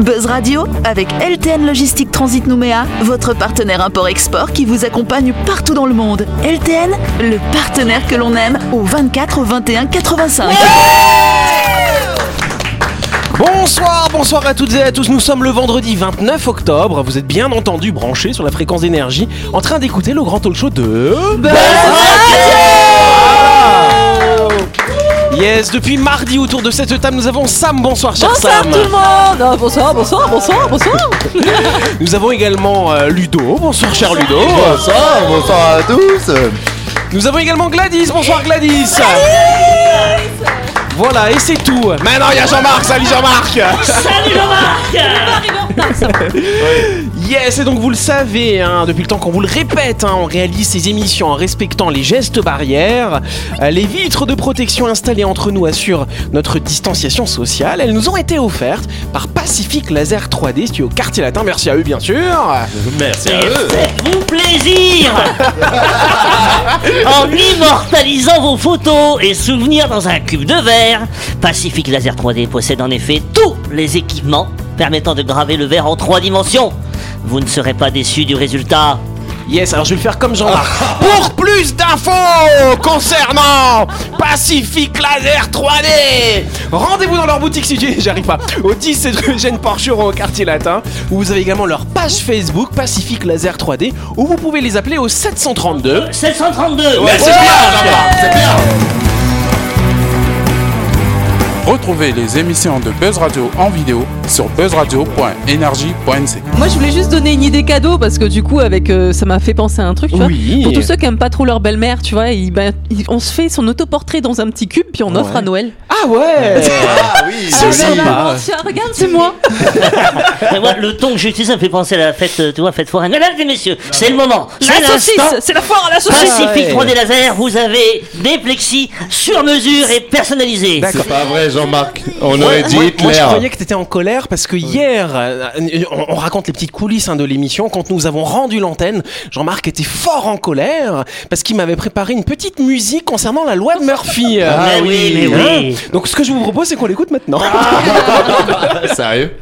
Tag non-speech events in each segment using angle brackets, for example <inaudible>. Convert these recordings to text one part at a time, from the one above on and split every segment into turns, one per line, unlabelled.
Buzz Radio, avec LTN Logistique Transit Nouméa, votre partenaire import-export qui vous accompagne partout dans le monde. LTN, le partenaire que l'on aime, au 24 21 85.
Bonsoir, bonsoir à toutes et à tous. Nous sommes le vendredi 29 octobre. Vous êtes bien entendu branchés sur la fréquence d'énergie en train d'écouter le grand talk show de. Yes, depuis mardi autour de cette table, nous avons Sam. Bonsoir, cher
Bonsoir
Sam.
tout le monde Ah, Bonsoir, bonsoir, bonsoir, bonsoir
Nous avons également euh, Ludo. Bonsoir, cher Ludo.
Bonsoir, bonsoir à tous
Nous avons également Gladys. Bonsoir, Gladys. Voilà, et c'est tout. Maintenant, il y a Jean-Marc. Salut, Jean-Marc. <laughs> Yes, et donc vous le savez, hein, depuis le temps qu'on vous le répète, hein, on réalise ces émissions en respectant les gestes barrières. Euh, les vitres de protection installées entre nous assurent notre distanciation sociale. Elles nous ont été offertes par Pacific Laser 3D, studio Quartier Latin. Merci à eux, bien sûr.
Merci à eux. Faites-vous plaisir En immortalisant vos photos et souvenirs dans un cube de verre, Pacific Laser 3D possède en effet tous les équipements permettant de graver le verre en trois dimensions. Vous ne serez pas déçus du résultat.
Yes, alors je vais le faire comme Jean-Marc.
Ah.
Pour plus d'infos concernant Pacific Laser 3D, rendez-vous dans leur boutique située, <laughs> j'arrive pas, au 10 Eugène Porcheron au quartier latin, où vous avez également leur page Facebook Pacific Laser 3D, où vous pouvez les appeler au 732.
732
Retrouvez les émissions de Buzz Radio en vidéo sur buzzradio.energie.nc.
Moi je voulais juste donner une idée cadeau parce que du coup avec euh, ça m'a fait penser à un truc tu vois. Pour tous
Oui.
ceux qui aiment pas trop leur belle-mère, tu vois, ils- bah, ils- on se fait son autoportrait dans un petit cube puis on offre à Noël.
Ah ouais
Ah oui
C'est sympa.
Vraiment, tiens, regarde, c'est moi.
Mais moi, le ton que j'utilise, ça me fait penser à la fête, euh, tu vois, fête foraine. Mesdames et messieurs, c'est le moment, c'est
La saucisse, Ah
l'instant.
c'est la foire à la saucisse.
Pacific
Ouais.
3D Laser, vous avez des plexis sur mesure et personnalisés.
C'est pas vrai, Jean-Marc. On aurait dit
Moi, moi,
Hitler.
je croyais que t'étais en colère parce que hier, euh, on, on raconte les petites coulisses hein, de l'émission. Quand nous avons rendu l'antenne, Jean-Marc était fort en colère parce qu'il m'avait préparé une petite musique concernant la loi de Murphy.
Ah
mais oui,
oui,
mais oui.
Donc ce que je vous propose, c'est qu'on l'écoute maintenant.
Ah.
Sérieux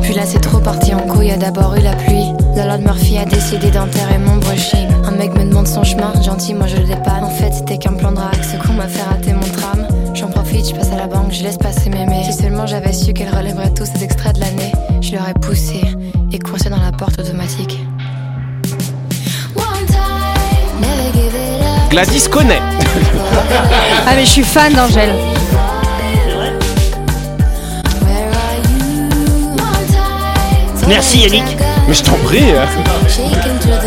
Puis là c'est trop parti en couille, y a d'abord eu la pluie La loi de Murphy a décidé d'enterrer mon brushing Un mec me demande son chemin, gentil moi je le dépanne En fait c'était qu'un plan de drague, ce qu'on m'a fait rater mon tram J'en profite, je passe à la banque, je laisse passer mémé Si seulement j'avais su qu'elle relèverait tous ces extraits de l'année Je l'aurais poussé et coincé dans la porte automatique
Gladys connaît.
Ah mais je suis fan d'Angèle.
Merci, Yannick.
Mais je t'en prie.
euh,
Shaken to the top.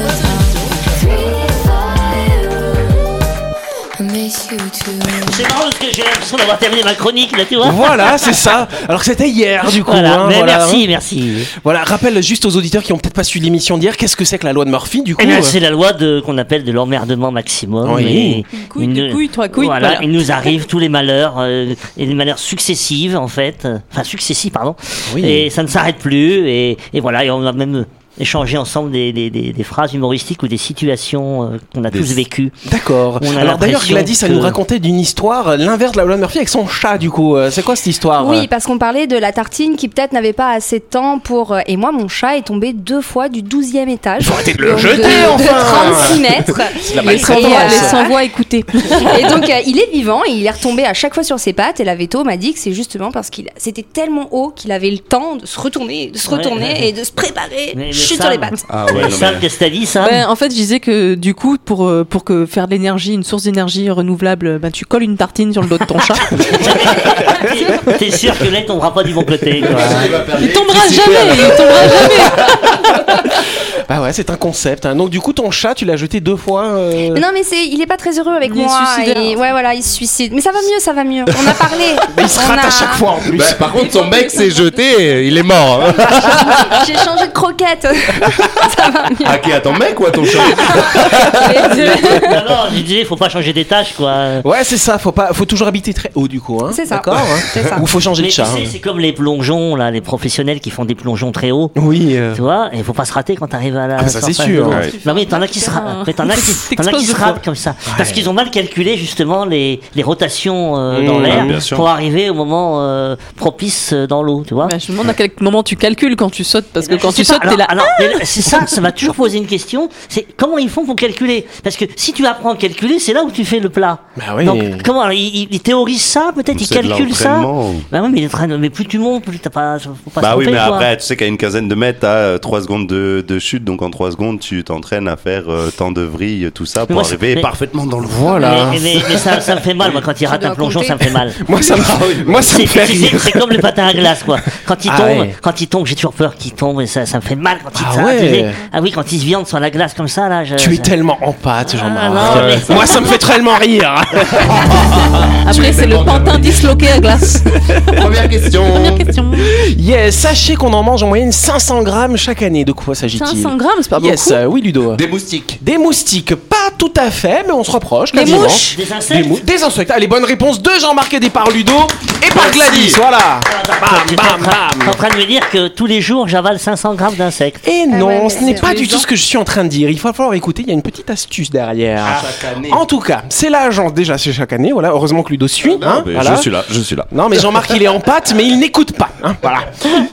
I miss you too.
C'est marrant parce que j'ai l'impression d'avoir terminé ma chronique, là, tu vois.
Voilà, c'est ça. Alors que c'était hier, du coup.
Voilà,
hein,
mais
voilà,
merci,
hein.
merci.
Voilà, rappelle juste aux auditeurs qui ont peut-être pas suivi l'émission d'hier, qu'est-ce que c'est que la loi de Murphy, du coup
Eh bien,
euh,
c'est la loi de qu'on appelle de l'emmerdement maximum.
Oui.
Et
Une couille,
il
deux
nous-
couilles, trois couilles,
Voilà,
voilà. <laughs>
il nous arrive tous les malheurs euh, et les malheurs successives en fait, euh, enfin successifs pardon.
Oui.
Et ça ne s'arrête plus et, et voilà et on a même échangé ensemble des, des- des- des phrases humoristiques ou des situations euh, qu'on a tous vécues.
D'accord.
On a
Alors d'ailleurs,
l'impression
Gladys, elle
que-
nous racontait d'une histoire, euh, l'inverse de la loi de Murphy avec son chat, du coup. Euh, C'est quoi cette histoire
Oui, parce qu'on parlait de la tartine qui peut-être n'avait pas assez de temps pour... euh, Et moi, mon chat est tombé deux fois du 12e étage. Faut arrêter de le jeter, de,
<laughs>
36 mètres.
Les sans
Et,
voix,
euh,
les sans voix, écoutez.
<laughs> Et donc, euh, il est vivant et il est retombé à chaque fois sur ses pattes. Et la veto m'a dit que c'est justement parce qu'il c'était tellement haut qu'il avait le temps de se retourner, de se
Ouais,
retourner
ouais.
et de se préparer.
Mais- mais
chute
Sam-
sur les pattes.
Ah
Ouais, Sam, qu'est-ce que t'as dit, Sam
Ben, en fait, je disais que du coup, pour, euh, pour que faire de l'énergie, une source d'énergie renouvelable, ben, tu colles une tartine sur le dos de ton chat.
<laughs> T'es- T'es sûr que là, il tombera pas du bon côté, quoi.
Il tombera jamais, il tombera jamais.
Bah ouais, c'est un concept. hein. Donc du coup, ton chat, tu l'as jeté deux fois. euh,
Mais non, mais c'est, il est pas très heureux avec
Il est
moi.
suicidaire.
et- ouais, voilà, il se suicide. Mais ça va mieux, ça va mieux. On a parlé.
<laughs> Mais il se
On
rate
a-
à chaque fois en plus.
Bah, par contre, son mec s'est jeté, il est mort. hein.
<laughs> J'ai changé de croquette. <laughs> ça va mieux.
<laughs> Ah, qui à ton mec ou à ton chat
Ah,
Non, non, je disais, faut pas changer des tâches, quoi.
Ouais, c'est ça. Faut pas, faut toujours habiter très haut du coup. Hein.
C'est ça.
D'accord. hein.
C'est ça.
Ou faut changer
Mais
de
tu
chat.
sais,
hein.
c'est comme les plongeons, là, les professionnels qui font des plongeons très hauts.
Oui. euh,
Tu vois, il faut pas se rater quand t'arrives à la.
Ah, ça, c'est
surface
sûr,
de l'eau.
ouais.
Bah oui, t'en as qui se, ra- mais t'en as
<laughs>
qui, t'en as qui
T'exploses
se
de
râpent comme ça. Parce qu'ils ont mal calculé justement les, les rotations euh, dans
Mmh,
l'air
bien sûr.
pour arriver au moment euh, propice euh, dans l'eau, tu vois.
Bah, je me demande à quel moment tu calcules quand tu sautes, parce que quand
Eh ben, Je
tu
sais
sautes,
pas,
t'es là. Ah
alors- alors, mais là, c'est ça, ça m'a toujours posé une question. C'est comment ils font pour calculer Parce que si tu apprends à calculer, c'est là où tu fais le plat.
Bah oui.
Donc, comment alors, ils, ils- ils théorisent ça peut-être Ils
C'est de
calculent ça
l'entraînement.
Bah oui, mais, les traînes- mais plus tu montes, plus t'as pas. Faut pas se
Bah oui,
tromper,
mais
quoi.
après, tu sais qu'à une quinzaine de mètres, t'as euh, trois secondes de, de chute, donc en trois secondes, tu t'entraînes à faire euh, tant de vrilles, tout ça, pour
moi, c'est-
arriver
mais-
parfaitement dans le voie.
Voilà.
Mais, mais- mais ça, ça me fait mal, moi, quand il rate
dois
un plongeon,
compter.
ça me fait
<laughs>
mal.
Moi ça me, <laughs> moi, ça me
C'est-
fait
C'est
rire.
c'est- c'est comme le patin à glace, quoi. Quand il
Ah
tombe,
ouais.
quand il tombe, j'ai toujours peur qu'il tombe et ça, ça me fait mal quand il
Ah
ça,
ouais.
tu sais. Ah oui, quand il se viande sur la glace comme ça, là. Je,
Tu es
je-
tellement en pâte,
Ah,
Jean-Marc.
non, mais-
Moi, ça me fait tellement rire.
Après, c'est le pantin disloqué
<laughs>
à glace.
Première question.
Première question.
Yes, sachez qu'on en mange en moyenne 500 grammes chaque année. De quoi s'agit-il
500 grammes, c'est pas
Yes,
beaucoup.
euh, oui, Ludo. Des...
Des moustiques.
moustiques, pas tout à fait, mais on se rapproche.
Des
quasiment.
mouches
Des
Des,
insectes
mou- des insectes. Allez, bonne réponse de Jean-Marc aidé par Ludo et par Gladys. Voilà.
Tu
Bam,
es
bam,
en train- t'es en
bam.
train de me dire que tous les jours j'avale 500 grammes d'insectes.
Et
Ah
non,
ouais, mais
ce n'est
c'est
pas
tous
du
les
tout
ans.
ce que je suis en train de dire. Il va falloir écouter, il y a une petite astuce derrière. En tout cas, c'est l'agence déjà, c'est chaque année. Voilà, heureusement que Ludo suit. hein, voilà.
Je suis là, je suis là.
Non, mais Jean-Marc, il est en pâte, mais il n'écoute pas. hein, voilà.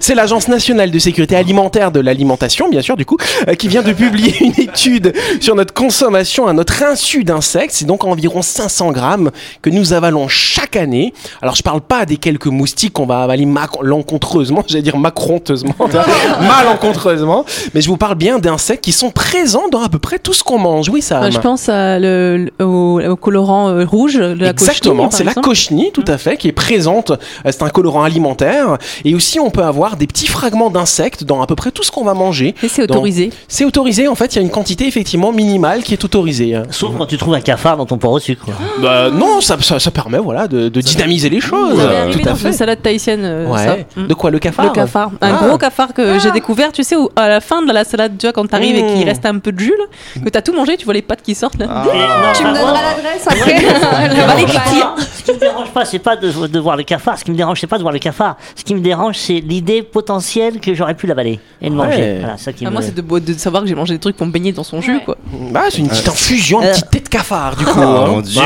C'est l'Agence nationale de sécurité alimentaire de l'alimentation, bien sûr, du coup, euh, qui vient de publier <laughs> une étude sur notre consommation à notre insu d'insectes. C'est donc environ 500 grammes que nous avalons chaque année. Alors, je parle pas des quelques moustiques qu'on va avaler malencontreusement, <laughs> j'allais dire macronteusement,
<laughs>
malencontreusement, mais je vous parle bien d'insectes qui sont présents dans à peu près tout ce qu'on mange. Oui, ça.
Moi, Euh, je pense à le, le- au, au colorant euh, rouge de la
Exactement,
cochenille, par
c'est la
exemple. Mmh.
cochenille tout à fait qui est présente. Euh, C'est un colorant alimentaire et aussi on peut avoir des petits fragments d'insectes dans à peu près tout ce qu'on va manger.
Et c'est
Dans-
autorisé.
C'est autorisé en fait, il y a une quantité effectivement minimale qui est autorisée.
Euh,
Sauf quand tu trouves un cafard dans ton porc au sucre.
Bah, non, ça, ça, ça permet voilà de, de dynamiser les choses.
Ça m'est arrivé
euh, Tout à
dans une
fait.
salade tahitienne. euh, ça.
Ouais.
Mm.
De quoi le cafard
Le cafard, un
Ah.
gros cafard que j'ai découvert, tu sais, où, à la fin de la salade, tu vois, quand t'arrives et qu'il
Mm.
reste un peu de jus, là, que t'as tout mangé, tu vois les pâtes qui sortent là.
Ah.
Et non,
Tu me
vraiment,
donneras l'adresse après. <laughs>
Ce
Elle
qui me
va
dérange pas, Ce qui me dérange pas, c'est pas de, de voir le cafard. Ce qui me dérange, c'est pas de voir le cafard. Ce qui me dérange, c'est l'idée potentielle que j'aurais pu l'avaler et le manger. Voilà, ça qui
Ah,
me-
moi, c'est de, bo- de savoir que j'ai mangé des trucs pour me baigner dans son jus, quoi.
Bah, c'est une
Euh.
petite infusion, un petit thé de cafard, du
Ah,
Oh,
coup. hein.
Bah,
mon Dieu.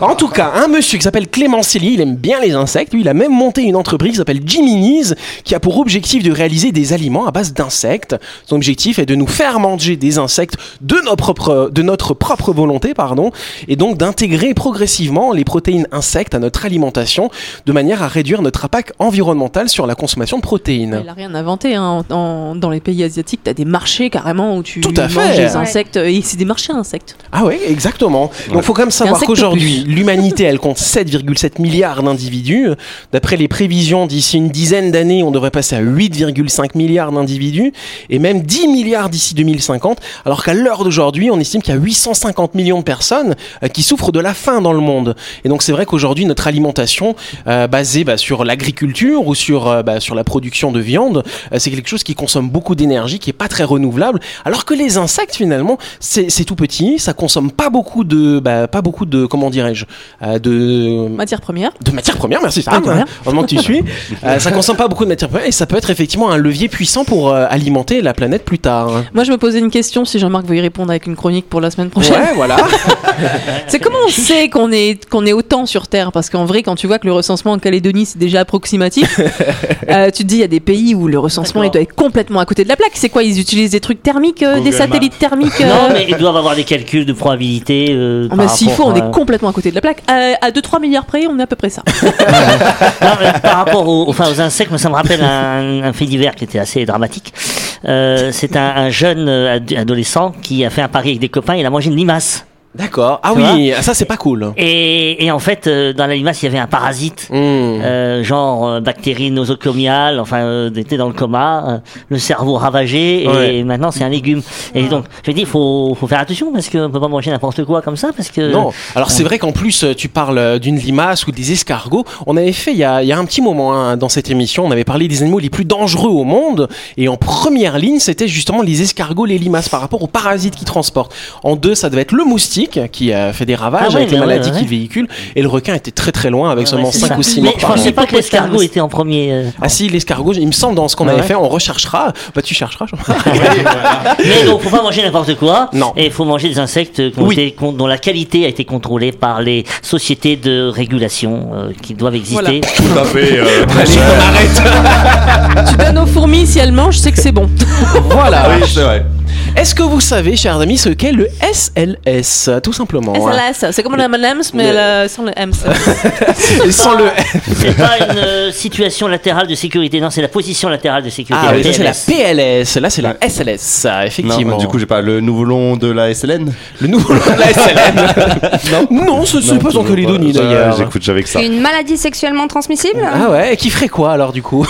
En tout cas, un monsieur qui s'appelle Clément Cellier, il aime bien les insectes. Lui, il a même monté une entreprise qui s'appelle Jiminis, qui a pour objectif de réaliser des aliments à base d'insectes. Son objectif est de nous faire manger des insectes de notre propre, de notre propre volonté, pardon, et donc d'intégrer progressivement les protéines insectes à notre alimentation, de manière à réduire notre impact environnemental sur la consommation de protéines.
Il a rien inventé. hein. En- en- dans les pays asiatiques, t'as des marchés carrément où tu
Tout à
manges
fait.
des
Ouais.
insectes. Et c'est des marchés à insectes.
Ah oui, exactement. Donc faut quand même savoir
Insectopus.
qu'aujourd'hui, l'humanité, elle compte 7,7 milliards d'individus. D'après les prévisions, d'ici une dizaine d'années, on devrait passer à 8,5 milliards d'individus et même 10 milliards d'ici 2050, alors qu'à l'heure d'aujourd'hui, on estime qu'il y a 850 millions de personnes euh, qui souffrent de la faim dans le monde. Et donc c'est vrai qu'aujourd'hui, notre alimentation euh, basée bah, sur l'agriculture ou sur, euh, bah, sur la production de viande, euh, c'est quelque chose qui consomme beaucoup d'énergie, qui est pas très renouvelable, alors que les insectes, finalement, c'est c'est tout petit, ça consomme pas beaucoup de, bah, pas beaucoup de, comment dirais-je, euh, de
Matière première.
de matière première, merci Sam.
Ah, de rien.
Heureusement que tu suis. Euh, ça consomme pas beaucoup de matière première et ça peut être effectivement un levier puissant pour euh, alimenter la planète plus tard.
Moi, je me posais une question. Si Jean-Marc veut y répondre avec une chronique pour la semaine prochaine.
Ouais,
<laughs>
voilà.
C'est comment on sait qu'on est, qu'on est autant sur Terre Parce qu'en vrai, quand tu vois que le recensement en Calédonie, c'est déjà approximatif, euh, tu te dis, il y a des pays où le recensement il doit être complètement à côté de la plaque. C'est quoi Ils utilisent des trucs thermiques, euh, des
Google
satellites thermiques euh,
Non, mais ils doivent avoir des calculs de probabilité. euh,
Ah
par
bah, S'il faut,
rapport,
on
euh,
est complètement à côté de la plaque. Euh, à 2-3 milliards près, on est à peu près ça.
Non, mais par rapport aux, enfin, aux insectes, moi, ça me rappelle un, un fait divers qui était assez dramatique. Euh, c'est un, un jeune euh, ad- adolescent qui a fait un pari avec des copains, il a mangé une limace.
D'accord. Ah
Tu
oui, ça c'est pas cool.
Et, et en fait, euh, dans la limace, il y avait un parasite.
Hmm.
euh, genre euh, bactéries nosocomiales, enfin, euh, était dans le coma, euh, le cerveau ravagé, et
Ouais.
maintenant c'est un légume. Et donc, je dis, il faut, faut faire attention parce qu'on peut pas manger n'importe quoi comme ça, parce que
Non, Mm. alors c'est vrai qu'en plus euh, tu parles euh, d'une limace ou des escargots. On avait fait il y a, il y a un petit moment hein, dans cette émission, on avait parlé des animaux les plus dangereux au monde et en première ligne c'était justement les escargots, les limaces par rapport aux parasites qu'ils transportent. En deux ça devait être le moustique asiatique qui a fait des ravages
Ah ouais,
avec les
mais ouais,
maladies
ouais. Ah
qu'il véhicule. Et le requin était très très loin avec
Ouais,
seulement
c'est
5
ça.
ou 6
Mais
morts
je
par an.
pensais pas que l'escargot était en
<laughs>
premier. euh.
Ah si, l'escargot, il me semble dans ce qu'on
Ah Ouais,
avait
ouais.
fait, on recherchera. Bah tu chercheras. je-
Mais donc, faut pas manger n'importe quoi.
Non.
Et il faut manger des insectes qui ont
Oui.
été- qu'on- dont la qualité a été contrôlée par les sociétés de régulation euh, qui doivent exister.
Tout à fait. <laughs> euh, très
Allez,
cher.
on arrête.
Tu donnes aux fourmis, si elles mangent, c'est que c'est bon.
<laughs> voilà.
Oui, c'est vrai.
Est-ce que vous savez, chers amis, ce qu'est le SLS Tout simplement. hein.
SLS, c'est comme la M&M's, E mais la- sans le M.
Et sans le
C'est pas une euh, situation latérale de sécurité, non, c'est la position latérale de sécurité.
Ah
la
oui, ça c'est la
PLS.
PLS, là c'est la SLS, ça,
Non,
effectivement.
du coup, j'ai pas le nouveau long de la SLN.
le nouveau nom de la
<laughs>
SLN. non, ce n'est pas en
toujours
Calédonie
pas. Ouais,
d'ailleurs.
J'écoute, j'avais que ça.
Une maladie sexuellement transmissible Ah,
Ah ouais, et qui ferait quoi alors du
<laughs>
coup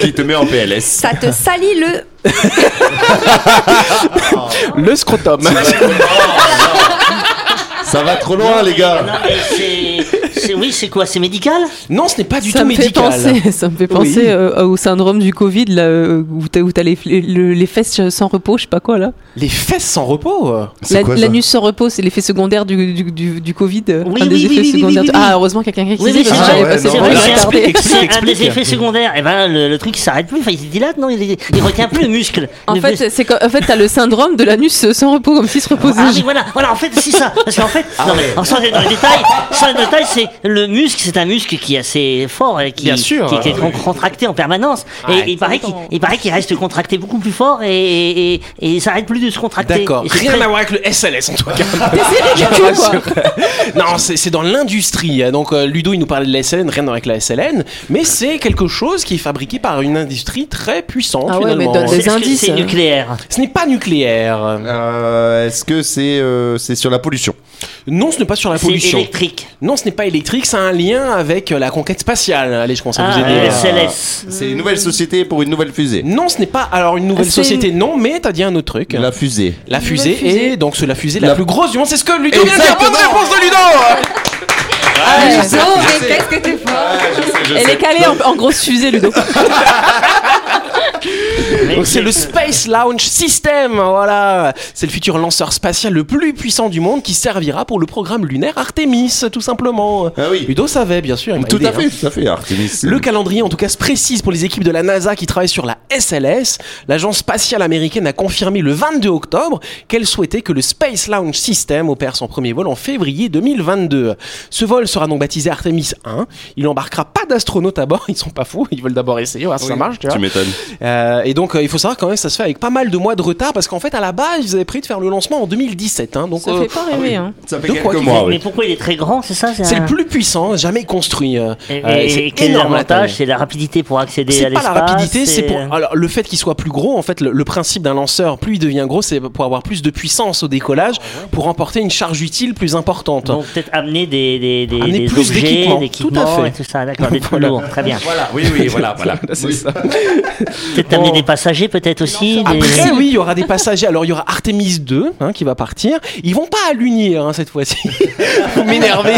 Qui te met en PLS.
Ça te salit le.
Le scrotum.
Ça va trop
Ah,
loin, les
Non,
gars.
mais c'est- c'est- oui, c'est quoi C'est médical
<laughs> Non, ce n'est pas du
ça
tout
me fait
médical.
penser, <laughs> ça me fait penser
Oui.
euh, au syndrome du Covid là, euh, où t'as où t'as les, le- les fesses sans repos, je sais pas quoi là.
Les fesses sans repos.
La-
C'est quoi, ça
L'anus sans repos, c'est l'effet secondaire du, du, du, du Covid. euh,
Oui,
un des
oui,
effets
oui, oui,
secondaires.
oui, oui, oui.
Ah, heureusement qu'il y a quelqu'un qui
Oui,
s'est dit
oui,
parce que
c'est
j'avais
vrai,
passé
c'est
pour
vrai,
le
c'est un-
retarder.
Explique,
C'est un
explique,
des effets
explique.
secondaires. Et ben, le, le truc s'arrête plus. Enfin, il se dilate, non Il, il retient plus le muscle.
En
Le-
fait, c'est qu'en- en fait, t'as le syndrome de l'anus sans repos, comme s'il se reposait.
Ah oui, voilà, voilà, en fait, c'est ça. Parce qu'en fait,
Ah,
non, mais, en sans aller dans les détails, sans aller dans les détails, c'est le muscle, c'est un muscle qui est assez fort et qui,
Bien sûr.
qui, qui est contracté en permanence.
Ouais.
et il paraît qu'il il paraît qu'il reste contracté beaucoup plus fort et, et, et il s'arrête plus de se contracter.
D'accord.
Et c'est
Rien
très-
à voir avec le SLS en tout
<laughs>
cas.
du tout, quoi.
<laughs> non, c'est c'est dans l'industrie. Donc euh, Ludo, il nous parlait de la SLN, rien à voir avec la SLN, mais c'est quelque chose qui est fabriqué par une industrie très puissante
Ah ouais, mais
finalement.
donne
c'est-
des
est-ce que
indices,
C'est
hein.
nucléaire.
Ce n'est pas nucléaire.
Euh, Est-ce que c'est euh, c'est sur la pollution
Non, ce n'est pas sur la
C'est
pollution.
électrique.
Non, ce n'est pas électrique, ça a un lien avec euh, la conquête spatiale. Allez, je commence à
Ah,
vous aider.
euh,
là.
SLS.
C'est une nouvelle société pour une nouvelle fusée.
Non, ce n'est pas alors une nouvelle
Ah, C'est une-
société, non, mais t'as dit un autre truc.
La fusée.
La fusée,
La fusée.
et donc c'est la fusée la,
La-
plus grosse du monde. C'est ce que Ludo vient de dire.
Exactement.
Bonne réponse de Ludo.
Ah,
Ouais.
Non, Ah, mais qu'est-ce que t'es fort
Elle est calée en, en grosse fusée,
<laughs>
Ludo.
Donc c'est le Space Launch System. Voilà, c'est le futur lanceur spatial le plus puissant du monde qui servira pour le programme lunaire Artemis, tout simplement.
Ah oui.
Ludo savait, bien sûr. il m'a
Tout
aidé,
à
hein.
fait, tout à fait. Artemis.
Le calendrier, en tout cas, se précise pour les équipes de la NASA qui travaillent sur la SLS. L'agence spatiale américaine a confirmé le 22 octobre qu'elle souhaitait que le Space Launch System opère son premier vol en février 2022. Ce vol sera donc baptisé Artemis 1. Il embarquera pas d'astronautes à bord. <laughs> Ils sont pas fous. Ils veulent d'abord essayer, voir si ça marche. Tu vois.
Tu m'étonnes.
Euh, et donc, euh, il faut savoir quand même que ça se fait avec pas mal de mois de retard parce qu'en fait, à la base, ils avaient prévu de faire le lancement en 2017. hein. donc,
Ça
euh,
fait
Ah
pas rêver, hein.
Ça fait
De quoi
quelques
qu'il
mois,
Mais
oui.
pourquoi il est très grand, c'est ça
Ah c'est
un-
le plus puissant jamais construit. euh.
Et,
Euh,
et-
c'est
et quel est
énorme, la
l'avantage
taille.
C'est la rapidité pour accéder à
C'est pas
l'espace. euh,
la rapidité, c'est pour.
et-
Alors, le fait qu'il soit plus gros, en fait, le, le principe d'un lanceur, plus il devient gros, c'est pour avoir plus de puissance au décollage, pour emporter une charge utile plus importante.
Donc peut-être amener des, des, des,
Amener
des
plus
objets,
d'équipements,
des
tout à
équipements
fait.
et tout
<laughs>
ça, d'accord, des trucs
Voilà.
lourds, très bien.
Voilà, oui, oui, voilà, <laughs> voilà. Oui.
Peut-être amener des passagers peut-être aussi. Des...
Après, oui, il y aura des passagers. Alors, il y aura Artemis 2 hein, qui va partir. Ils vont pas à l'unir hein, cette fois-ci. <laughs> Vous m'énervez.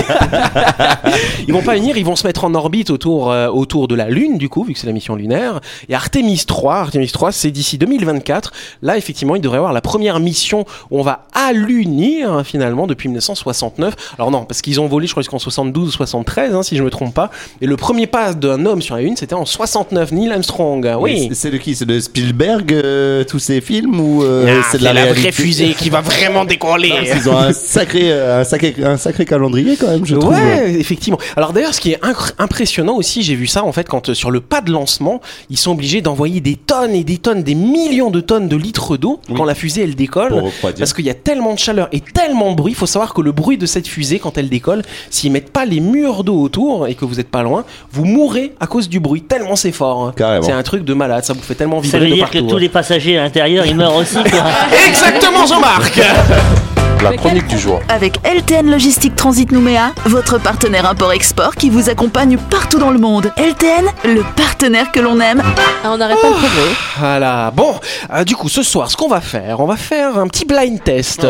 ils vont pas à l'unir, ils vont se mettre en orbite autour, euh, autour de la Lune, du coup, vu que c'est la mission lunaire. Et Artemis 3, Artemis 3, c'est d'ici 2024. Là, effectivement, il devrait y avoir la première mission où on va à l'unir, hein, finalement, depuis 1969. Alors, non, parce qu'ils ont volé, je crois, jusqu'en 72 ou 73, hein, si je me trompe pas. Et le premier pas d'un homme sur la Lune, c'était en 69, Neil Armstrong. Oui.
Mais c'est- C'est de qui C'est de Spielberg, euh, tous ces films ou euh,
Ah,
c'est de la, réalité
qui va vraiment
Ah,
décoller.
Ils ont un sacré, euh, un sacré, un sacré calendrier quand même, je trouve.
Ouais, Ah, effectivement. Alors d'ailleurs, ce qui est incr- impressionnant aussi, j'ai vu ça en fait, quand euh, sur le pas de lancement, ils sont obligés d'envoyer des tonnes et des tonnes, des millions de tonnes de litres d'eau
Oui.
quand la fusée elle décolle.
Pour refroidir.
Parce qu'il y a tellement de chaleur et tellement de bruit, il faut savoir que le bruit de cette fusée quand elle décolle, s'ils mettent pas les murs d'eau autour et que vous êtes pas loin, vous mourrez à cause du bruit, tellement c'est fort. hein.
Carrément.
C'est un truc de malade, ça vous fait tellement vibrer
Ça veut
de
dire
partout.
que tous
hein.
les passagers à l'intérieur, ils meurent aussi. quoi.
Exactement Jean-Marc
La chronique du
<laughs>
jour.
Avec LTN Logistique Transit Nouméa, votre partenaire import-export qui vous accompagne partout dans le monde. LTN, le partenaire que l'on aime.
Ah, on n'arrête pas de progrès.
Voilà. Bon, euh, du coup, ce soir, ce qu'on va faire, on va faire un petit blind test.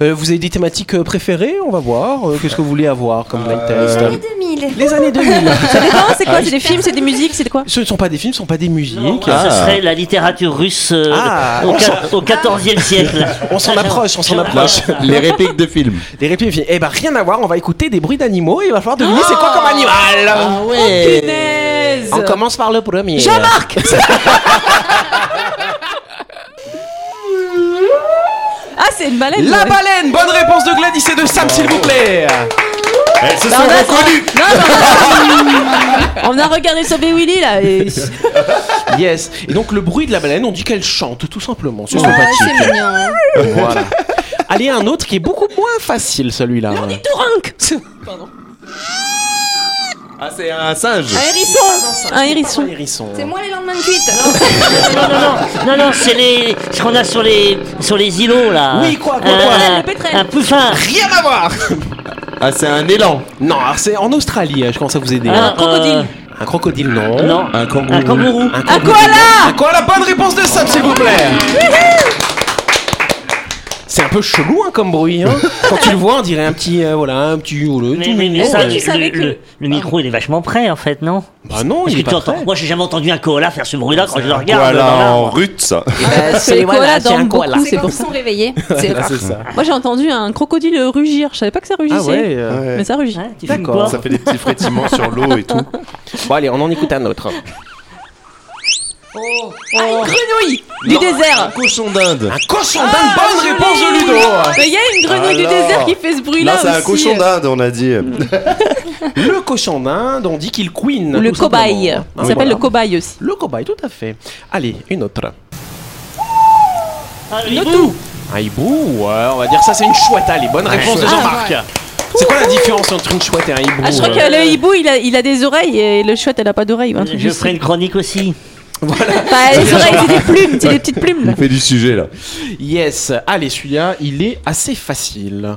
Euh, vous avez des thématiques euh, préférées On va voir. Euh, Qu'est-ce que vous voulez avoir comme blind test
Les 2000. 2000.
Les années 2000.
Ça dépend, c'est
Ah
quoi C'est des films, c'est des musiques, c'est quoi
ce ne sont pas des films, ce ne sont pas des musiques.
Ah.
Ce serait la littérature russe euh,
Ah,
au,
on
ca- au 14e siècle.
On
Ah.
s'en approche, on s'en
Voilà.
approche.
Les répliques de films.
Les répliques, eh ben rien à voir, on va écouter des bruits d'animaux et il va falloir deviner c'est quoi comme animal. Oh,
Punaise
On commence par le premier. <laughs>
Jean-Marc Ah, c'est une baleine
La
ouais.
baleine, bonne réponse de Gladys et de Sam, s'il vous plaît.
Elles se sont
Non, non,
reconnues
non, non, non. On a regardé sur B. Willy là. et-
Yes. Et donc le bruit de la baleine, on dit qu'elle chante, tout simplement. C'est
Ouais,
sympathique.
Ah, c'est mignon. hein.
Voilà. Allez, un autre qui est beaucoup moins facile, celui-là.
Tourinque
Ah, c'est un singe.
Un hérisson Un hérisson.
Hérisson.
C'est moi les lendemains de cuite.
Non, non, non, non, non, c'est les, ce qu'on a sur les, sur les îlots là.
Oui, quoi, quoi,
Un-
quoi
un-
Le pétrel.
Un pouffin.
Rien à voir.
Ah, c'est un élan.
Non, alors c'est en Australie, hein, je commence à vous aider.
Un, euh,
crocodile.
Un crocodile, non.
non,
Un kangourou.
un kangourou.
Un
Un
crocodile.
koala
À quoi la bonne réponse de Sam, s'il vous plaît C'est un peu chelou hein, comme bruit. Hein. Quand tu le vois, on dirait un petit, euh, voilà, un petit. oh, le-
Mais,
tout
mais, mais
mignon.
ça,
tu savais
le,
que-
le- le micro il est vachement près en fait, non
Bah non,
Parce
il
que
est
tu
pas
entends-
prêt.
Moi j'ai jamais entendu un koala faire ce bruit-là quand je le regarde.
Voilà
dans
en
l'arbre.
rut ça
Eh ben,
Ah, C'est voilà, dorment beaucoup,
C'est
c'est
quand
pour
ils
ça.
sont réveillés. C'est
Ah, c'est ça.
Moi j'ai entendu un crocodile rugir, je savais pas que ça rugissait.
Ah ouais. euh.
Mais ça rugit.
Ouais, tu fumes
D'accord.
quoi
Ça fait des petits frétillements sur l'eau et tout.
Bon allez, on en écoute un autre.
Oh.
Une grenouille du désert
Cochon d'Inde.
Un cochon d'Inde, bonne réponse
Oh,
de Ludo.
Mais il y a une grenouille du
Alors.
désert qui fait ce bruit là.
Là, c'est un cochon d'Inde, on a dit.
Le cochon d'Inde, on dit qu'il queen.
Le
tout simplement.
cobaye.
Hein,
Il s'appelle
voilà.
le cobaye aussi.
Le cobaye, tout à fait. Allez, une autre.
Ah,
Le
hibou.
tout.
Un hibou, ouais, on va dire ça, c'est une chouette. Allez, bonne réponse de
Ah,
Jean-Marc. C'est quoi la différence entre une chouette et un hibou
Ah, je crois
euh
que le hibou il a, il a des oreilles et le chouette elle a pas d'oreilles. ou un truc
Je
du
ferai
style.
une chronique aussi.
Enfin, les
<laughs>
oreilles c'est des plumes, c'est des petites plumes là.
Il fait du sujet là.
euh Yes, allez, celui-là, il est assez facile.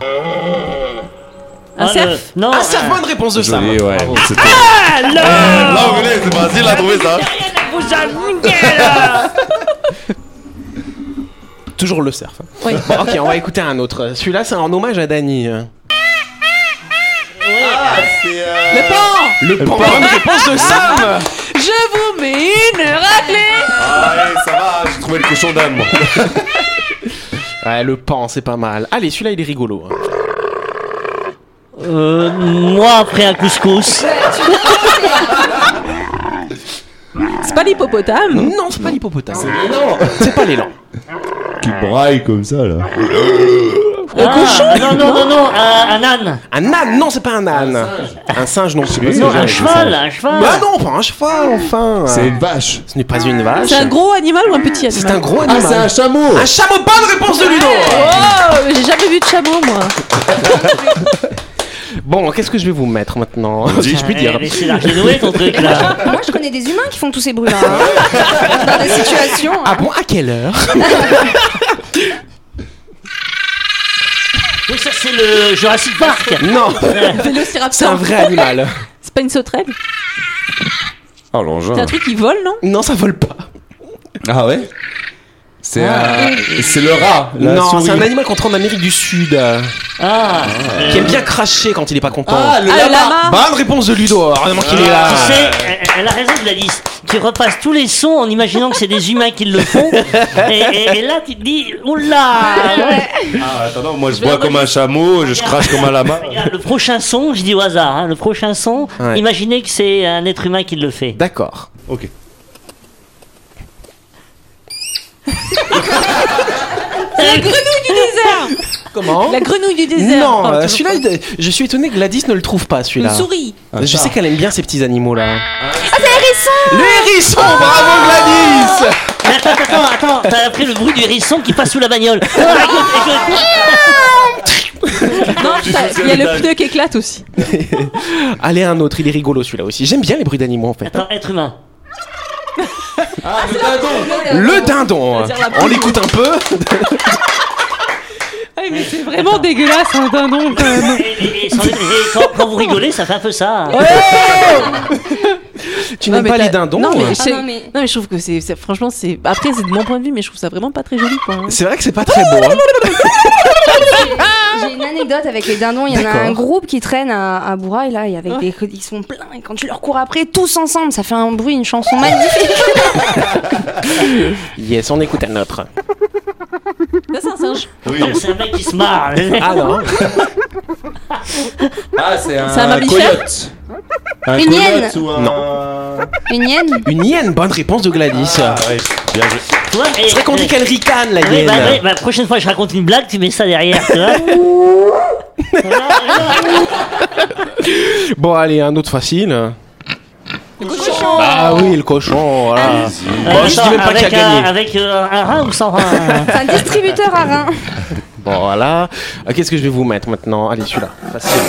Un
Ah,
cerf
le- Non,
Ah, c'est la bonne réponse de Sam.
Joli, ouais. C'était-
L'anglais, c'est facile à trouver ça.
Toujours le surf.
Oui.
Bon, ok, on va écouter un autre. Celui-là, c'est en hommage à Dany.
Le pan
Le
euh,
pan. Bonne réponse de Sam.
Je vous mets une raclée
Allez, ça va, j'ai trouvé le cochon d'Inde. moi.
Ouais, le pan, c'est pas mal. Allez, celui-là, il est rigolo. hein.
<laughs> euh, moi après un couscous.
C'est pas l'hippopotame
Non, c'est pas l'hippopotame. Non, c'est pas l'élan.
Qui braille comme ça là.
Le cochon Ah, Non, non, non, non, un, un âne.
Un âne, non, c'est pas un âne. Un singe, non plus.
Non, un
c'est
cheval, un cheval.
Bah non, pas un cheval, enfin.
C'est une vache.
Ce n'est pas une vache.
C'est un gros animal ou un petit animal
C'est un gros
Ah,
animal. Ah.
c'est un chameau.
Un chameau, bonne réponse de Ludo
Oh, j'ai jamais vu de chameau moi.
Bon, qu'est-ce que je vais vous mettre maintenant <laughs> Si je puis dire.
Eh, mais c'est l'argénoé ton truc
<laughs>
là.
Moi, je connais des humains qui font tous ces bruits-là. hein. Dans des situations.
Ah bon, à quelle heure
Oui, ça c'est le Jurassic Park.
<laughs> Non, c'est un
Vélociraptor.
vrai animal.
C'est pas une sauterelle
Oh
C'est un
l'engin.
truc qui vole non
<laughs> Non, ça vole pas.
Ah ouais. C'est
Ah.
un- c'est le rat. La
non,
souris.
c'est un animal qu'on trouve en Amérique du Sud, euh,
Ah,
qui aime bien cracher quand il est pas content.
Ah le
Ah, le lama
Bonne réponse de Ludo, alors, vraiment qu'il est là.
Tu sais, elle- elle a raison Gladys. Tu repasses tous les sons en imaginant que c'est des humains qui le font.
<laughs>
et, et- et là, tu te dis, oula
Ah, attends, non, moi je bois comme un chameau, je crache comme un lama.
Regarde, Le prochain son, je dis au hasard, hein, le prochain son,
Ouais.
imaginez que c'est un être humain qui le fait.
D'accord.
Ok.
La grenouille du désert
Comment
La grenouille du désert
Non,
Oh,
euh,
toujours
celui-là,
pas.
il- je suis étonné que Gladys ne le trouve pas,
Une
celui-là. <laughs>
souris
Je sais qu'elle aime bien ces petits animaux-là. Ah, c'est le hérisson Le hérisson, bravo Gladys
Mais attends, attends, attends, attends, t'as appris le bruit du hérisson qui passe sous la bagnole.
<laughs>
Ah, écoute, écoute.
Non, ça- il y a le pneu qui éclate aussi.
Allez, un autre, il est rigolo celui-là aussi. J'aime bien les bruits d'animaux en fait.
Attends, être humain.
Le dindon hein. On l'écoute un peu
Ah, mais c'est vraiment dégueulasse un dindon quand
<laughs>
même.
hein. Et, et- et sans- et quand, quand vous rigolez, ça fait un peu ça.
Tu
Non,
n'aimes
mais
pas
t'as-
les dindons
Non, mais,
hein.
je sais-
non, mais-
non, mais je trouve que c'est. c'est- Franchement, c'est. Après, c'est de mon point de vue, mais je trouve ça vraiment pas très joli, quoi. hein.
C'est vrai que c'est pas très beau. hein.
J'ai une anecdote avec les dindons. Il y en a
D'accord.
un groupe qui traîne à, à Bourail, là, et avec des, ils sont pleins. Et quand tu leur cours après, tous ensemble, ça fait un bruit, une chanson magnifique.
Yes, on écoute un autre.
Là, c'est un singe.
Oui.
Non, C'est un mec qui
<laughs>
se marre.
Ah non
Ah, c'est un,
C'est un mammifère
coyote. Un
Une
coyote
hyène.
ou un...
Une hyène.
Une hyène, bonne réponse de Gladys.
Ah, ouais. Bien joué.
Tu vois, et-
C'est vrai qu'on dit qu'elle ricane, la
Ouais,
hyène.
bah, ouais, bah, prochaine fois que je raconte une blague, tu mets ça derrière, tu
<laughs>
vois. Euh,
Bon, allez, un autre facile. Ah oui, le cochon,
Ah,
voilà. Bon, je dis même pas
avec
qui a
un,
gagné.
avec euh, un rein ou sans rein
<laughs>
hein.
C'est un distributeur à rein.
Bon, voilà. Ah, Qu'est-ce que je vais vous mettre maintenant Allez, celui-là. Facile.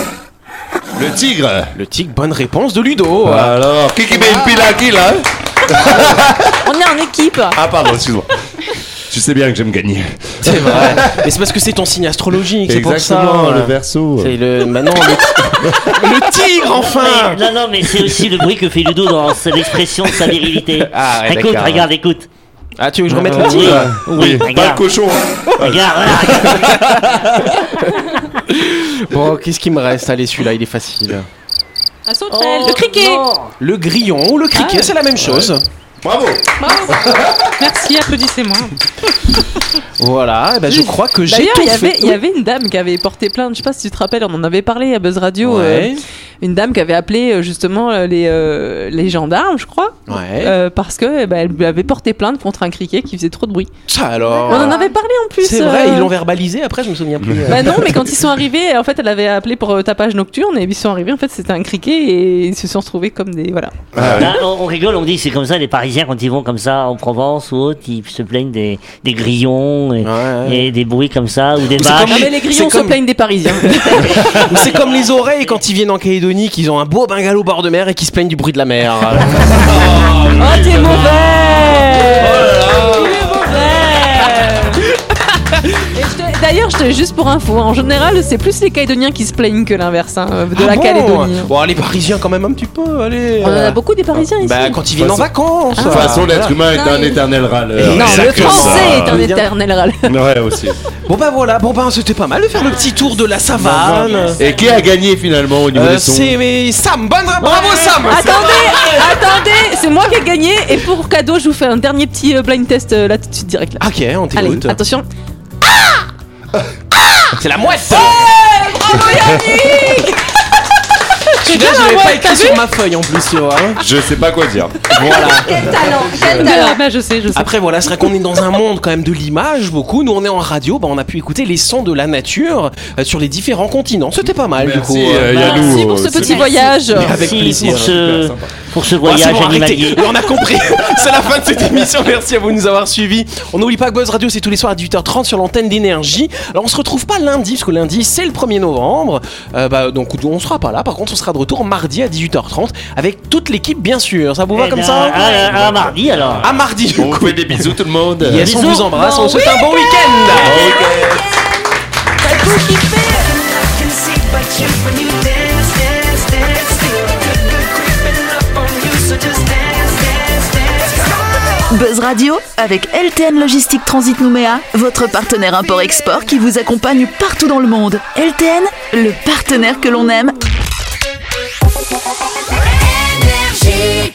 Le tigre.
Le tigre, bonne réponse de Ludo.
Ah.
Alors, qui qui met une pile à qui là
On est en équipe.
Ah pardon, excuse-moi. Tu sais bien que j'aime gagner.
C'est vrai. Mais c'est parce que c'est ton signe astrologique, c'est pour ça. euh,
le verso.
C'est le. Maintenant, le... <laughs> le tigre, enfin
Mais- Non, non, mais c'est aussi le bruit que fait Ludo dans sa- l'expression de sa virilité.
Ah, ouais,
écoute,
d'accord.
regarde, écoute.
Ah, tu veux que je remette le
Oui,
tigre
oui,
Pas le
regarde.
cochon. hein.
Regarde, voilà,
Ah,
regarde.
Bon, qu'est-ce qui me reste Allez, celui-là, il est facile.
La sauterelle. Oh, le criquet.
non.
Le grillon ou le criquet,
Ah.
c'est la même chose.
Bravo.
Merci, applaudissez-moi.
Voilà, eh ben, je crois que j'ai
D'ailleurs,
tout
Bah, il y
fait.
avait, il y avait une dame qui avait porté plainte. Je sais pas si tu te rappelles, on en avait parlé à Buzz Radio.
Ouais.
euh, une dame qui avait appelé euh, justement euh, les, euh, les gendarmes, je crois,
Ouais.
euh, parce que eh ben, elle lui avait porté plainte contre un criquet qui faisait trop de bruit.
Ça alors.
On en avait parlé en plus.
Ah. C'est vrai,
euh,
ils l'ont verbalisé après, je me souviens
<laughs>
plus.
Bah non, mais quand ils sont arrivés, en fait, elle avait appelé pour euh, tapage nocturne et ils sont arrivés. En fait, c'était un criquet et ils se sont retrouvés comme des voilà.
Là, Bah, on, on rigole, on dit c'est comme ça, les Parisiens quand ils vont comme ça en Provence ou autre, ils se plaignent des, des grillons et,
Ouais, ouais.
et des bruits comme ça ou des
c'est
vaches.
comme-
Non mais les
Ah, C'est
grillons
comme-
se plaignent
<laughs>
des Parisiens.
Ou C'est comme les oreilles quand ils viennent en Calédonie, qu'ils ont un beau bungalow au bord de mer et qu'ils se plaignent du bruit de la
<laughs>
mer.
oh t'es mauvais. Et je te- D'ailleurs, je te- juste pour info, hein, en général, c'est plus les Calédoniens qui se plaignent que l'inverse hein, de
Ah
la
bon
Calédonie. hein.
Bon, les Parisiens quand même un petit peu, allez.
On en a beaucoup des Parisiens ici. Ah.
Bah, quand ils viennent en
Façon-
vacances.
De toute façon, l'être humain est
Non,
un
il-
éternel râleur.
non,
Et ça
le
que
français
ça.
est un éternel râle.
Ouais, aussi.
Bon bah voilà, bon bah c'était pas mal de faire le petit tour de la
Bah,
savane.
Et qui a gagné finalement au niveau
Euh,
des sons
c'est mais Sam, bonne bravo Sam.
attendez, attendez, c'est moi qui ai gagné. Et pour cadeau, je vous fais un dernier petit euh, blind test euh, là tout de suite direct. Là.
Ok, on
Allez,
t'écoute.
attention.
C'est la mouette. <laughs> Je suis désolé, j'avais pas écrit sur ma feuille en plus, tu vois.
Ah,
hein.
Je sais pas quoi dire.
Voilà.
Quel talent, quel talent.
Ah, bah, je sais, je sais.
Après voilà, c'est vrai qu'on est dans un monde quand même de l'image beaucoup. Nous on est en radio, bah, on a pu écouter les sons de la nature euh, sur les différents continents. C'était pas mal du coup.
Merci, euh,
hein.
Yannou.
Merci pour ce
C'est-
petit voyage.
Mais avec
Merci
plaisir.
pour ce, pour ce
Bon, Ah, c'est
voyage
bon,
animalier.
arrêtez. On a compris. c'est la fin de cette émission. Merci à vous de nous avoir suivis. On n'oublie pas que Buzz Radio, c'est tous les soirs à 18h30 sur l'antenne d'énergie. Alors, on se retrouve pas lundi, parce que lundi, c'est le 1er novembre. Euh, bah, donc, on sera pas là. Par contre, on sera de retour mardi à 18h30 avec toute l'équipe, bien sûr. Ça vous va
Eh
comme
ben,
ça
à- à- à mardi alors.
À mardi, du
Oh.
On
coup.
vous fait des bisous tout le monde.
Yes, on
Bisous. Bah Ah
vous embrasse. on vous souhaite un bon week-end.
Buzz Radio avec LTN Logistique Transit Nouméa, votre partenaire import-export qui vous accompagne partout dans le monde. LTN, le partenaire que l'on aime
Énergie.